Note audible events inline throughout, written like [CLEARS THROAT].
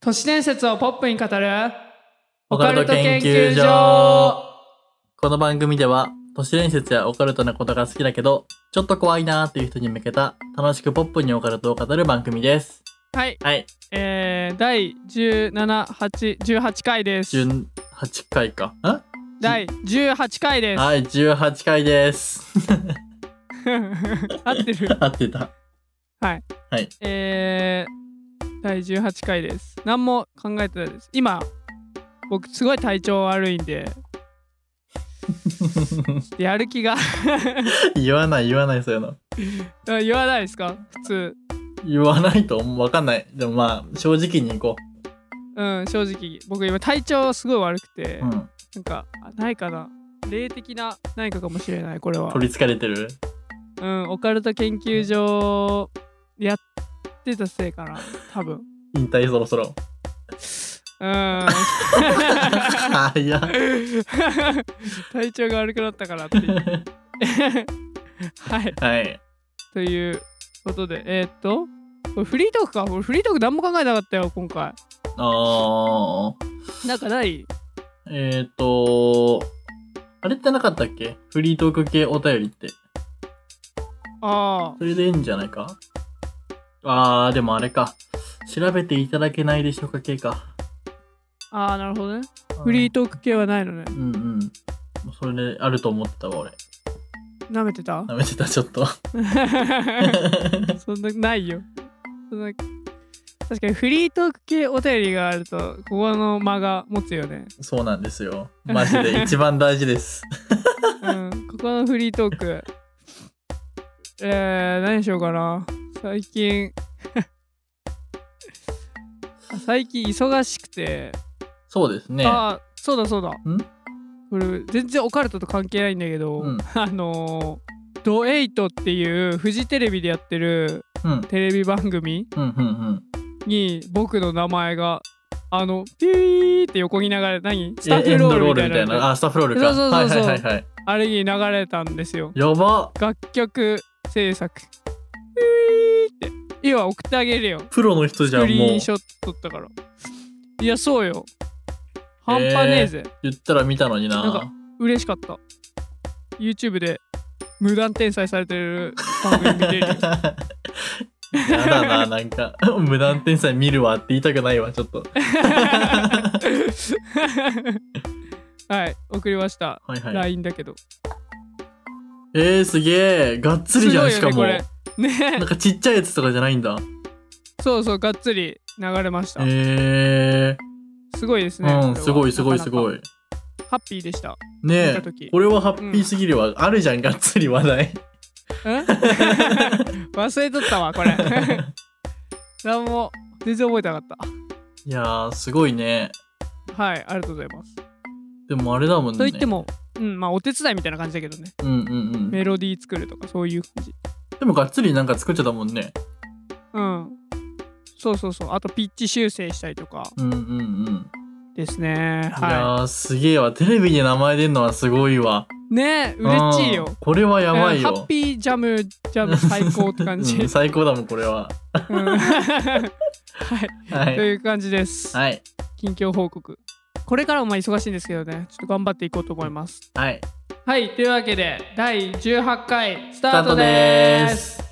都市伝説をポップに語るオカルト研究所この番組では都市伝説やオカルトなことが好きだけどちょっと怖いなーっていう人に向けた楽しくポップにオカルトを語る番組ですはい、はいえー、第1718回です18回かん第18回です、はい18回です [LAUGHS] [LAUGHS] 合ってる合ってたはいはいえー、第18回です何も考えてないです今僕すごい体調悪いん [LAUGHS] でやる気が [LAUGHS] 言わない言わないそういうの言わないですか普通言わないと分かんないでもまあ正直にいこうん正直僕今体調すごい悪くて、う、うん、なんかあないかな霊的な何かかもしれないこれは取りつかれてるうんオカルト研究所やってたせいかな多分引退そろそろうん [LAUGHS] あいや体調が悪くなったからっていう [LAUGHS] はいはいということでえーっとこれフリートークか俺フリートーク何も考えなかったよ今回ああなんかないえっ、ー、と、あれってなかったっけフリートーク系お便りって。あそれでいいんじゃないかあー、でもあれか。調べていただけないでしょうか系か。ーあーなるほどねフリーートーク系はないのねうんうん。それであると思ってたわ、俺。舐めて [LAUGHS] た舐めてた、ちょっと。そんなないよ。そんな確かにフリートーク系お便りがあるとここの間が持つよ [LAUGHS] ね。そうなんですよ。マジで一番大事 [LAUGHS] です。うん、ここのフリートーク。えー、何しようかな。最近 [LAUGHS] あ最近忙しくて。そうですね。あそうだそうだ。んこれ全然オカルトと関係ないんだけど、うん [LAUGHS] あのードエイトっていうフジテレビでやってるうん。テレビ番組うんうんうん。に僕の名前があのピュイーって横に流れ何スタッフロールみたいなあ、スタッフロールか。そうそうそうそうはいはいはいはい。あれに流れたんですよやば楽曲制作ピュイーって今送ってあげるよプロの人じゃスクん、もリーうン。ショット撮ったからいやそうよ半端ねえぜ、言ったら見たのにな。なんか嬉しかった YouTube で無断転載されてる番組見 [LAUGHS] れる [LAUGHS] よやだな、なんか、無断天才見るわって言いたくないわ、ちょっと。ははい送りました、いはい。 LINE だけどえー、すげえ、がっつりじゃん、しすかごいも。よなねこれねんかちっちゃいやつとかじゃないんだ。 [LAUGHS] そうそう、がっつり流れました。えすごいですー、ね。うん、すごいすごいすごい。い。ハッピーでした。見ねたえ時、これはハッピーすぎるわ。あるじゃん、がっつり話題。うん [LAUGHS] 忘れとったわ、これ。 [LAUGHS] 何も全然覚えてなかっいやー、すごいね。た。はい、ありがとうございます。でもあれだもんね。と言っても、うん、まあお手伝いみたいな感じだけどね。うんうんうん。メロディー作るとかそういう感じ。でもがっつりなんか作っちゃったもんね。うん。そうそうそう。あとピッチ修正したりとかうんうんうん。ですね。いやはー、すげえわ。テレビに名前出んのはすごいわ。い。ねえ、嬉しいうんよ。これはやばいよ。うんハッピージャム、ジャム最高って感じ。 [LAUGHS] うん最高だもんこれはうん [LAUGHS] はい。は [LAUGHS] とい、いう感じです。はい近況報告これからもまあ忙しいんですけどねちょっと頑張っていこうと思いますはい、はいというわけで第18回スタスートでーすす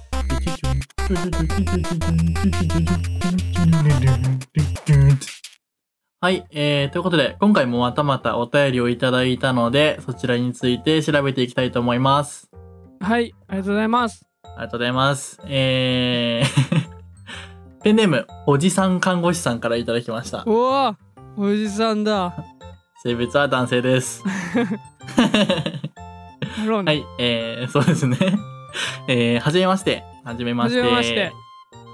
はい、えー、ということで今回もまたまたお便りをいただいたのでそちらについて調べていきたいと思いますはいありがとうございますありがとうございますえーペンネー [LAUGHS] ムおじさん看護師さんからいただきましたおおおじさんだ性別は男性です [LAUGHS] やろうはねい、えー、そうですね。えー、はじめまして。はじめまして。はじめまして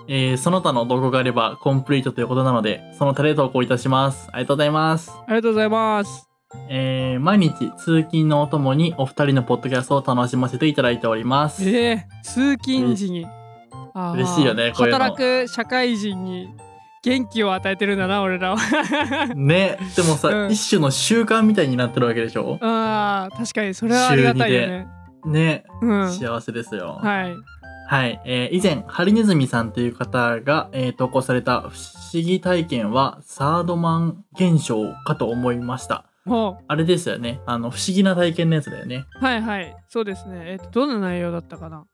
えー、その他の動画があればコンプリートということなので、その他で投稿いたします。ありがとうございます。ありがとうございますえー、毎日通勤のお供にお二人のポッドキャストを楽しませていただいております。ええ通勤時にあー嬉しいよねこういうの働く社会人に元気を与えてるんだな俺らはね、でもさ、うん一種の習慣みたいになってるわけでしょあー確かにそれはありがたいよねね、うん幸せですよ。はいはい、えー以前、ハリネズミさんという方が、えー投稿された不思議体験はサードマン現象かと思いました。ほあれですよね。あの、不思議な体験のやつだよね。うはいはいそうですねえっ、とどんな内容だったかな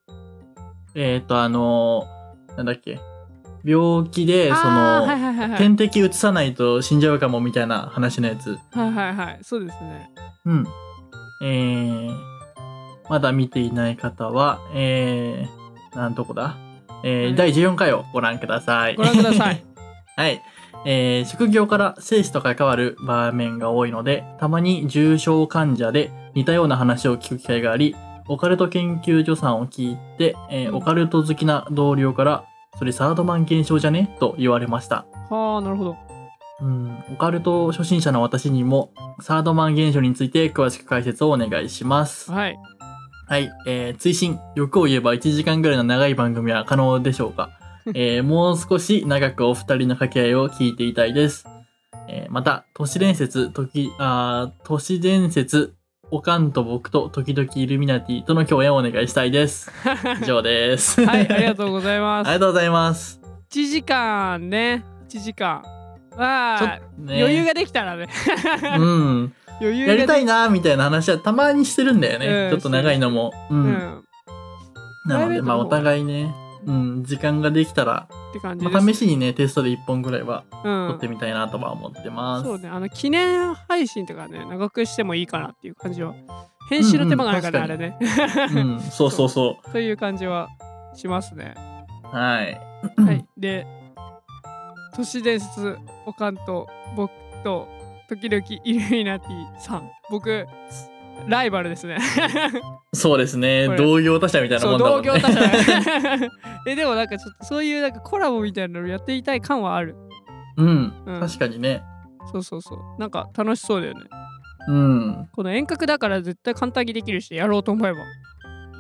えっ、と、あのーなんだっけ。病気で、その、あーはいはいはいはい点滴移さないと死んじゃうかもみたいな話のやつ。はいはいはいそうですねうん。えー、まだ見ていない方は、えー、なんとこだえうー、ん第14回をご覧ください。ご覧くださ [LAUGHS] い。はい。えー、職業から生死と関わる場面が多いので、たまに重症患者で似たような話を聞く機会があり、オカルト研究所さんを聞いて、えーオカルト好きな同僚から、それサードマン現象じゃねと言われました。はあなるほどうん、オカルト初心者の私にも、サードマン現象について詳しく解説をお願いします。はいはい、えー、追伸欲を言えば1時間ぐらいの長い番組は可能でしょう [LAUGHS] か、えー、もう少し長くお二人の掛け合いを聞いていたいです。えー、また、都市伝説、時、あー都市伝説、おかんと僕と時々イルミナティとの共演をお願いしたいです。以上で [LAUGHS] す。はいありがうとうございます [LAUGHS] ありがとうございます。 1時間ね1時間は、ちょね余裕ができたらねうん。余裕がやできりたいなーみたいな話はたまにしてるんだよね。うんちょっと長いのも。うん。うん、なのプライベーで、トのまあ方お互いね、うん、時間ができたら、って感じでまあ、す、試しにね、テストで1本ぐらいはうん撮ってみたいなとは思ってます。そうねあの記念配信とかね長くしてもいいかなっていう感じは編集の手間がないからね、うんうんあれねうん、そうそうそ [LAUGHS] という感じはしますね、う。はい。はいで都市伝説おかんと僕と時々イルミナティさん僕ライバルですねそうですねこ。れ同業他社みたいなそもうんだも同ん業ね。他社だ [LAUGHS] えでもなんかちょっとそういうなんかコラボみたいなのやっていたい感はあるうん、うん確かにね。そうそうそうなんか楽しそうだよねうん。この遠隔だから絶対簡単にできるしやろうと思えば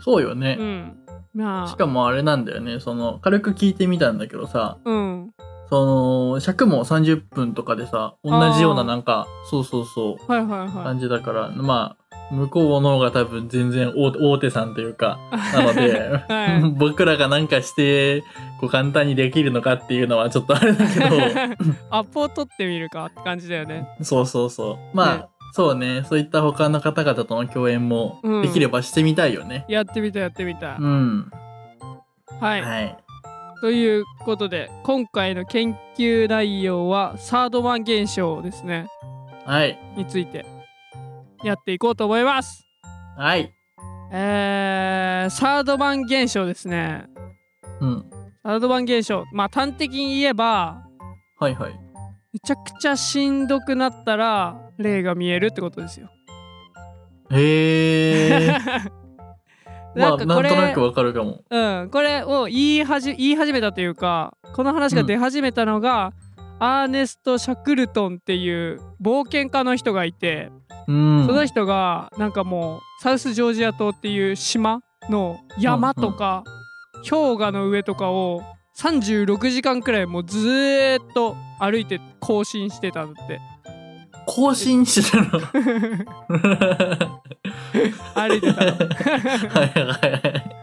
そうよねう。んまあしかもあれなんだよね。その、軽く聞いてみたんだけどさ、うんその、尺も30分とかでさ、同じようななんか、そうそうそう、はいはいは感じだから、まあ、向こうの方が多分全然大手大手さんというか、いなので、はい [LAUGHS] 僕らがなんかして、こう簡単にできるのかっていうのはちょっとあれだけど、 [LAUGHS] アポを取ってみるかって感じだよねそうそうそう。まあ、ねそうね、そういった他の方々との共演もうんできればしてみたいよね。やってみたやってみた、うん。はい、はい。ということで今回の研究内容はサードマン現象ですねはい。についてやっていこうと思いますはい。えー、サードマン現象ですねうん。サードマン現象まあ端的に言えばはいはい。めちゃくちゃしんどくなったら霊が見えるってことですよへえ。まあ、なんとなくわかるかも。うん、これを言いはじ言い始めたというかこの話が出始めたのが、アーネスト・シャクルトンっていう冒険家の人がいて、うん。その人がなんかもうサウスジョージア島っていう島の山とか、氷河の上とかを36時間くらいもうずーっと歩いて行進してたんだって。 [LAUGHS] 更新してたの。歩いてたのはいはいはい。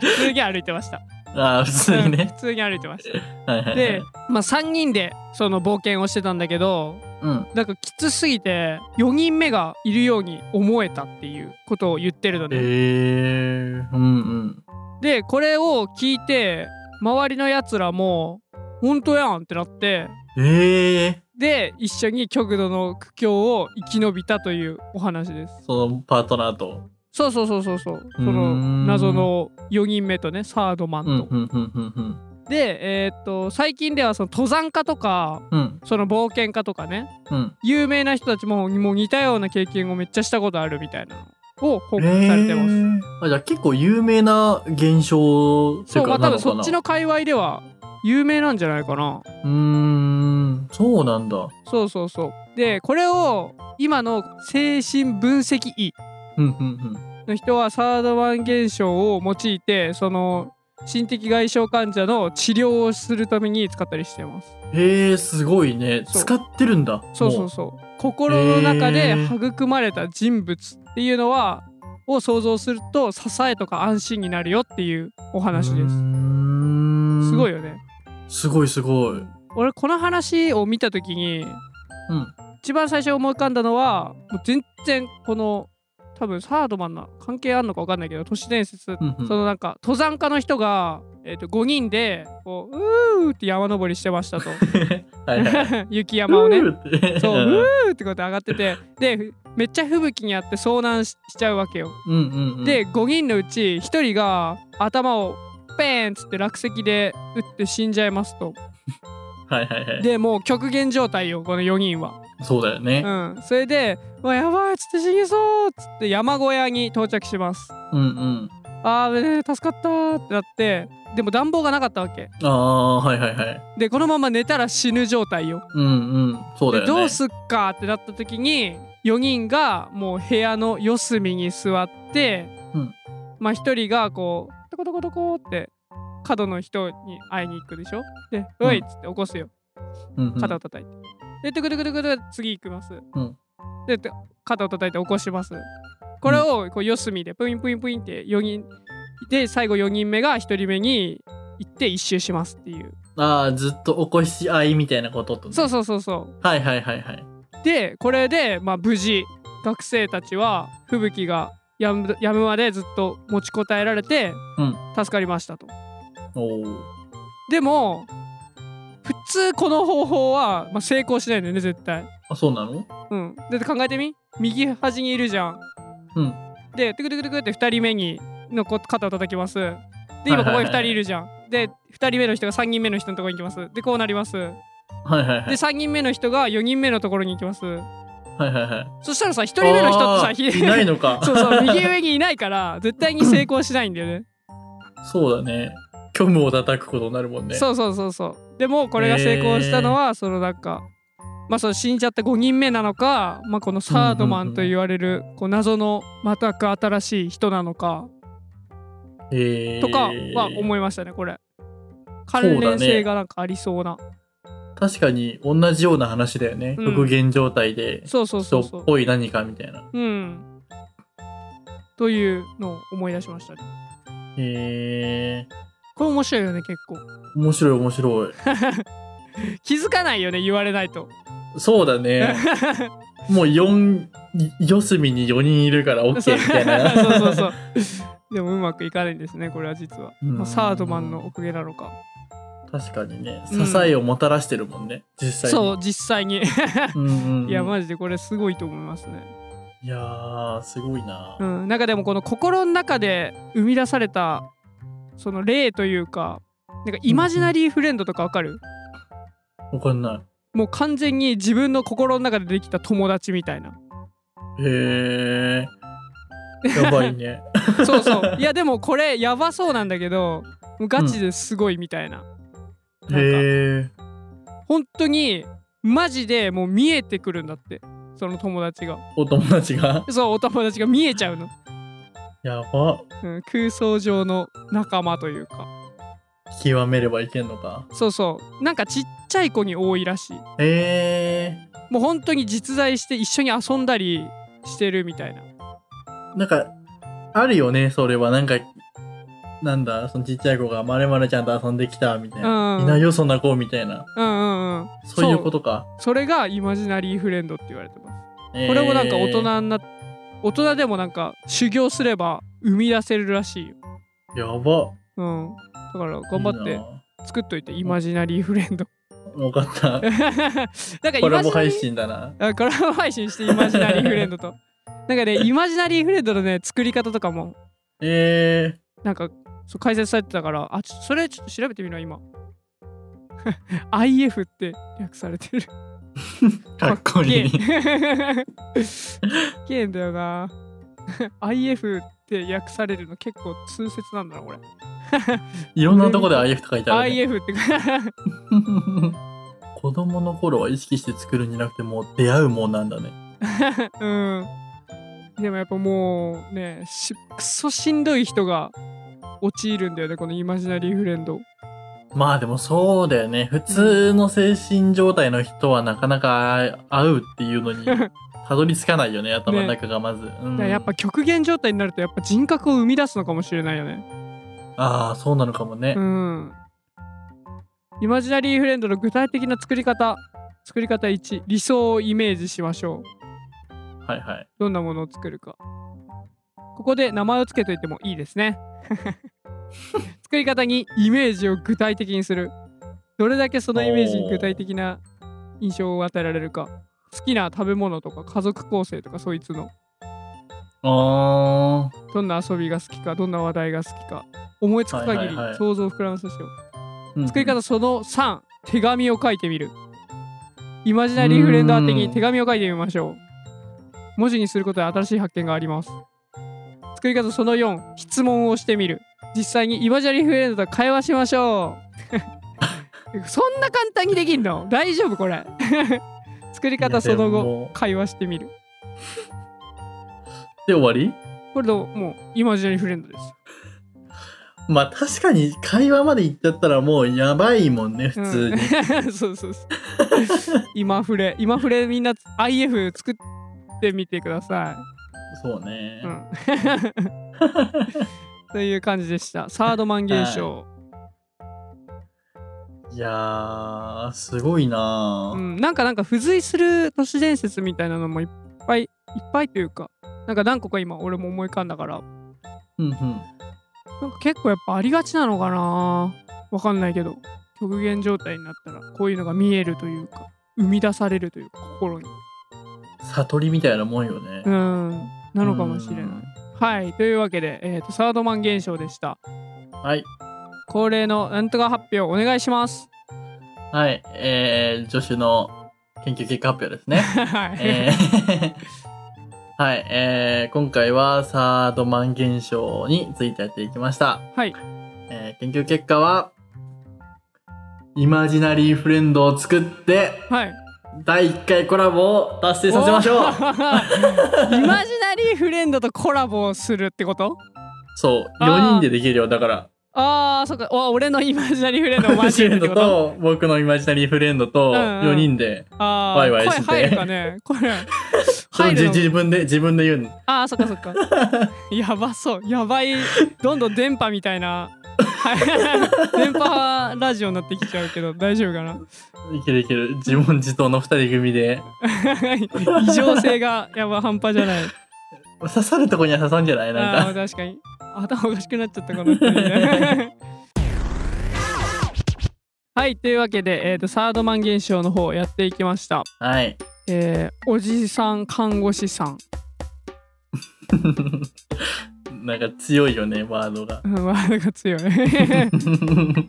普通に歩いてました。ああ、 [LAUGHS] 普通にうんね。普通に歩いてました。はいはいはい。で、まあ、3人でその冒険をしてたんだけどうん。なんかきつすぎて4人目がいるように思えたっていうことを言ってるのえね。え。うんでこれを聞いて周りのやつらも「本当やん!」ってなってうん。ええ。で一緒に極度の苦境を生き延びたというお話です。そのパートナーと。そうそうそうそうそうそうーのん謎の4人目とねサードマンうと。んうんうんうんうん。でえーっと最近ではその登山家とかうんその冒険家とかねうん。有名な人たちももう似たような経験をめっちゃしたことあるみたいなのを報告されてます。へーあじゃあ結構有名な現象っていそううまかあ多なの分かそなっちの界隈では有名なんじゃないかなうーんそうなんだそうそうそうでこれを今の精神分析医うんうんの人はサードワン現象を用いてその心的外傷患者の治療をするために使ったりしてますうんへえすごいねそう使ってるんだそうそうそう心の中で育まれた人物っていうのはを想像すると支えとか安心になるよっていうお話ですすすごいいよねすごいすごい俺この話を見た時にうん一番最初思い浮かんだのはもう全然この多分サードマンな関係あんのか分かんないけど都市伝説うんうんそのなんか登山家の人が、えー、と5人でこううーって山登りしてま [LAUGHS] したとは [LAUGHS] いはい雪山をねうーってそうんうーってことで上がっててでふめっちゃ吹雪にあって遭難ししちゃうわけよ。 [LAUGHS] うんうんうんで5人のうち1人が頭をペーンっつって落石で打って死んじゃいますと。はいはいはいでもう極限状態よこの4人は。そうだよねうん、それで「もうやばいつって死にそう」っつって山小屋に到着します。うんうんあーぶねえ助かったーってなってでも暖房がなかったわけああはいはいはいでこのまま寝たら死ぬ状態よ。うんうんそうだよでねどうすっかってなった時に4人がもう部屋の四隅に座って、うんまあ1人がこうトコトコトコって角の人に会いに行くでしょで「うんおい!」っつって起こすようんうん肩を叩いて、でトゥクトゥクトゥクトゥク次行きます、うんでて肩を叩いて起こしますこれをこう四隅でプインプインプインって4人で最後4人目が1人目に行って一周しますっていうああずっと起こし合いみたいなことってことそうそうそうそうはいはいはいはいでこれで、まあ、無事学生たちは吹雪がやむやむまでずっと持ちこたえられて、うん助かりましたと。おおでも普通この方法は、まあ、成功しないんだよね絶対。あそうなのうん、だって考えてみ右端にいるじゃん。うんでトゥクトゥクトゥクって2人目にのこ肩を叩きます。で今ここに2人いるじゃん。で2人目の人が3人目の人のところに行きます。でこうなります。ではいはいはい3人目の人が4人目のところに行きます。はいはいはいそしたらさ1人目の人ってさあひーいないのか [LAUGHS] そうそう右上にいないから絶対に成功しないんだよねそうだね虚無を叩くことになるもんねそうそうそうそうでもこれが成功したのはそのなんか、まあその死んじゃった5人目なのか、まあ、このサードマンと言われるこう謎の全く新しい人なのかへーとかは思いましたねこれ関連性がなんかありそうな確かに同じような話だよね、うん極限状態でそうそうそ人うそっうぽい何かみたいなうんというのを思い出しましたねへえこれ面白いよね結構面白い面白い気づかないよね言われないとそうだ [LAUGHS] ねもう4四隅に4人いるから OK みたい [LAUGHS] なそうそうそうでもうまくいかないんですねこれは実は、うんまあサードマンのおかげなのか確かにねうん支えをもたらしてるもんね、実際にそう実際にうんうんうん、いやマジでこれすごいと思いますね、いやーすごいな、うん、なんかでもこの心の中で生み出されたその霊というかなんかイマジナリーフレンドとかわかるわかんなもう完全に自分の心の中でできた友達みたいないへえやばい [LAUGHS] ねそうそう [LAUGHS] いやでもこれやばそうなんだけどもうガチですごいみたいな,、なんかへえ本当にマジでもう見えてくるんだってその友達がお友達がそうお友達が見えちゃうの、やばうん、空想上の仲間というか極めればいけんのかそうそうなんかちっちゃい子に多いらしいへえもう本当に実在して一緒に遊んだりしてるみたいななんかあるよねそれはなんかなんだそのちっちゃい子が「まるまるちゃんと遊んできた」みたいなう「んいないよそんな子」みたいなうんうんうんそういうことかそれがイマジナリーフレンドって言われてますここれもなんか大人にな大人でもなんか修行すれば生み出せるらしいよやばうんだから頑張っていい作っといてイマジナリーフレンド [LAUGHS] なわかったなんかイコラマジボナリ配ー信だなあコラボ配信してイマジナリーフレンドと。 [LAUGHS] なんかね、イマジナリーフレンドのね、作り方とかも、えー、なんか、そう解説されてたから、あ、ちょそれちょっと調べてみろ、今。IF って略されてる。かっこいいゲー。 [LAUGHS] ゲーんだよな。IF って略されるの結構通説なんだな、これ。いろんなとこで IF って書いてある、ね、 IF って。 [LAUGHS] 子供の頃は意識して作るんじゃなくてもう出会うもんなんだね [LAUGHS] うん。でもやっぱもうね、しくそしんどい人が陥るんだよね、このイマジナリーフレンド。まあでもそうだよ [LAUGHS] ね。普通の精神状態の人はなかなか会うっていうのにたどり着かないよね頭の中がまず、うんだからやっぱ極限状態になるとやっぱ人格を生み出すのかもしれないよねああそうなのかもね、うんイマジナリーフレンドの具体的な作り方作り方1理想をイメージしましょうはいはいどんなものを作るかここで名前をつけといてもいいです [LAUGHS] ね作り方にイメージを具体的にするどれだけそのイメージに具体的な印象を与えられるか好きな食べ物とか家族構成とかそいつのあどんな遊びが好きかどんな話題が好きか思いつく限はいりはいはい想像を膨らませましょうー作り方その3手紙を書いてみるイマジナリーフレンド宛てに手紙を書いてみましょう文字にすることで新しい発見があります作り方その4質問をしてみる実際にイマジナリーフレンドと会話しましょ [LAUGHS] うそんな簡単にできんの大丈夫これ作り方そのいやで後も会話してみるで終わりこれでもうイマジナリーフレンドです [LAUGHS] まあ確かに会話まで行っちゃったらもうやばいもんね普通に、 [LAUGHS] うんそうそう [LAUGHS] そう今フレ今フレみんな IF 作ってみてくださそうねい、うん [LAUGHS] という感じでしたサードマン現象、いやーすごいなうー、ん、なんかなんか付随する都市伝説みたいなのもいっぱいいっぱいというかなんか何個か今俺も思い浮かんだからうん、うんうんなんか結構やっぱありがちなのかなわかんないけど極限状態になったらこういうのが見えるというか生み出されるというか心に悟りみたいなもんよね、うんなのかもしれないはいというわけで、えー、とサードマン現象でしたうんはい恒例のなんとか発表お願いします [LAUGHS] はいえー、助手の研究結果発表で [LAUGHS] すねはい、えー [LAUGHS] はい、えー今回はサードマン現象についてやっていきました。はいえー研究結果は、イマジナリーフレンドを作って、はい第1回コラボを達成させましょうおー [LAUGHS] イマジナリーフレンドとコラボをするってことそう、あー4人でできるよ、だから。あーそっかお俺のイマジナリーフレンドイをマ交ジえナるリっーフてレンドことと、僕のイマジナリーフレンドと、うんうん4人で、あーワイワイしてて声入るかねこれ [LAUGHS] それ入をじるの自分で、自分で言うあーそっかそっかやばそうやばいどんどん電波みたいな [LAUGHS] はい電波ラジオになってきちゃうけど大丈夫かな [LAUGHS] の。いけるいける。自問自答の2人組で、異常性がやば半端じゃない。刺さるとこには刺さんじゃないなんかああ。ー確かに頭おかしくなっちゃったこの人ね [LAUGHS] はいというわけで、えー、とサードマン現象の方やっていきました。はい。えーおじさん看護師さんなんか強いよね、ワードが。うんワードが強[LAUGHS]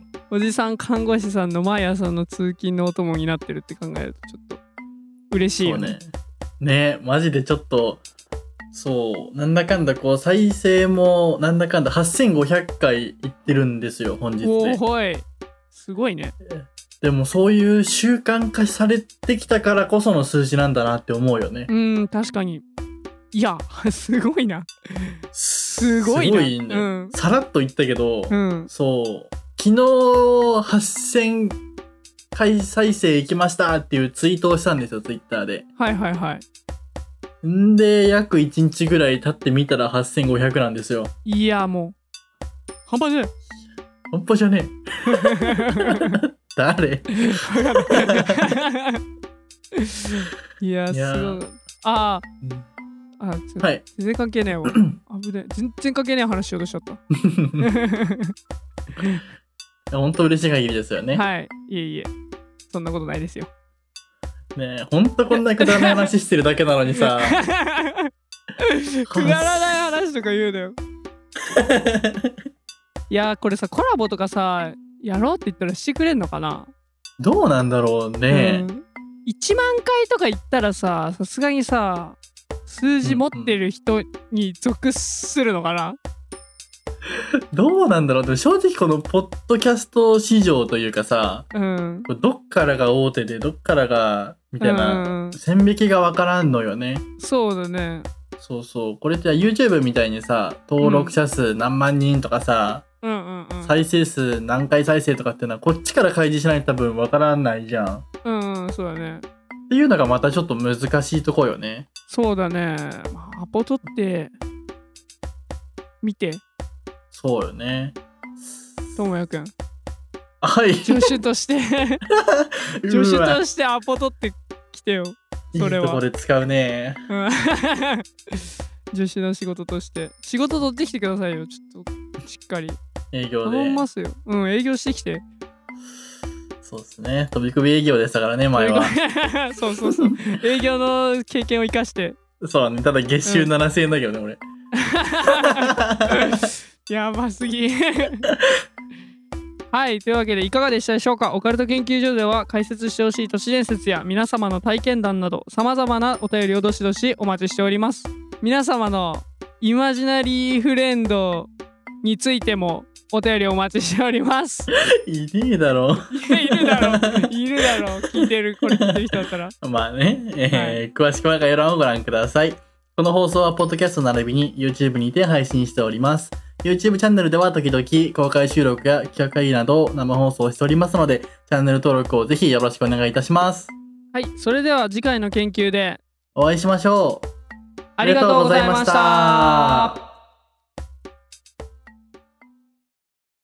い おじさん看護師さんの毎朝の通勤のお供になってるって考えるとちょっと嬉しいそようねね。ね、マジでちょっと、そう、なんだかんだこう、再生も、なんだかんだ8500回いってるんですよ、本日おでお。ほいすごいねでもそういう習慣化されてきたからこその数字なんだなって思うよねう。ん確かにいや [LAUGHS] すごいなすすごいなすごいんだようんさらっと言ったけど、うんそう、昨日8000回再生いきましたっていうツイートをしたんですよ、ツイッターで。はいはいはいんで、約1日ぐらい経ってみたら8500なんですよ。いやもう半端じゃない半端じゃね [LAUGHS] え。誰 [LAUGHS] いやいやーすごいあーあちょはい。全然関係ねえ [CLEARS THROAT] わ危ねえ全然関係ねえ話しようとしちゃった本当嬉しい限りですよ [LAUGHS] ね。はいいえいえそんなことないですよねえ、本当こんなくだらない話してるだけなの [LAUGHS] にさ。くだらない話とか言うなよいやーこれさコラボとかさやろうって言ったらしてくれんのかな、どうなんだろうね。うん1万回とか言ったらささすがにさ数字持ってる人に属するのかな、どうなんだろうでも正直このポッドキャスト市場というかさ、うん、これどっからが大手でどっからがみたいな、うん、線引きがわからんのよね。そうだねそうそう。これじゃあ YouTube みたいにさ、登録者数何万人とかさ、うんうんうん再生数何回再生とかっていうのはこっちから開示しないと多分わからないじゃん。うんうんそうだねっていうのがまたちょっと難しいとこよね。そうだねアポ取って見てそうよね。ともやくん [LAUGHS] はい。助手として助手うわとしてアポ取ってきてよそれはいいとこで使うね。うん [LAUGHS] 助手の仕事として仕事取ってきてくださいよちょっとしっかり営業頼でみ。ますようん営業してきてそうですね。飛び首営業でしたからね、前 [LAUGHS] は。そうそう [LAUGHS] そう営業の経験を生かしてそうだね。ただ月収うん7000円だけどね、俺。 [LAUGHS] やばすぎはいというわけでいかがでしたでしょうかオカルト研究所では解説してほしい都市伝説や皆様の体験談など様々なお便りをどしどしお待ちしております皆様のイマジナリーフレンドについてもお便りお待ちしております [LAUGHS] いねえだろ。いやいるだろういるだろう聞いてるこれ聞いてる人だったらまあね、えー詳しくは概要欄をご覧ください。この放送はポッドキャスト並びに YouTube にて配信しております。YouTube チャンネルでは時々公開収録や企画会議などを生放送しておりますので、チャンネル登録をぜひよろしくお願いいたします。はいそれでは次回の研究でお会いしましょう。ありがとうございました